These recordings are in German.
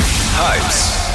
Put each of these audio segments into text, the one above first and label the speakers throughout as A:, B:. A: Hypes,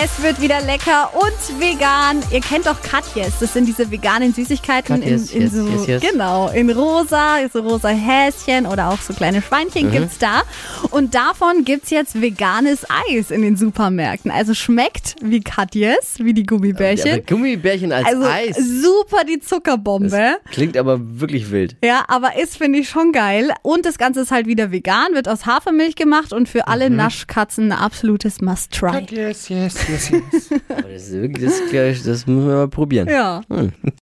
B: Es wird wieder lecker und vegan. Ihr kennt doch Katjes. Das sind diese veganen Süßigkeiten
C: Katjes,
B: in, in
C: yes,
B: so
C: yes, yes.
B: genau in rosa, so rosa Häschen oder auch so kleine Schweinchen
C: Mhm.
B: gibt's da. Und davon gibt's jetzt veganes Eis in den Supermärkten. Also schmeckt wie Katjes, wie die
C: Aber
B: Gummibärchen.
C: Gummibärchen als
B: Also
C: Eis.
B: super die Zuckerbombe.
C: Klingt aber wirklich wild.
B: Ja, aber ist, finde ich, schon geil. Und das Ganze ist halt wieder vegan, wird aus Hafermilch gemacht und für
C: Mhm.
B: alle Naschkatzen ein absolutes Must-Try.
D: Yes, yes, yes, yes.
C: Aber das, ist wirklich, das, das müssen wir mal probieren. Hm.
B: Ja.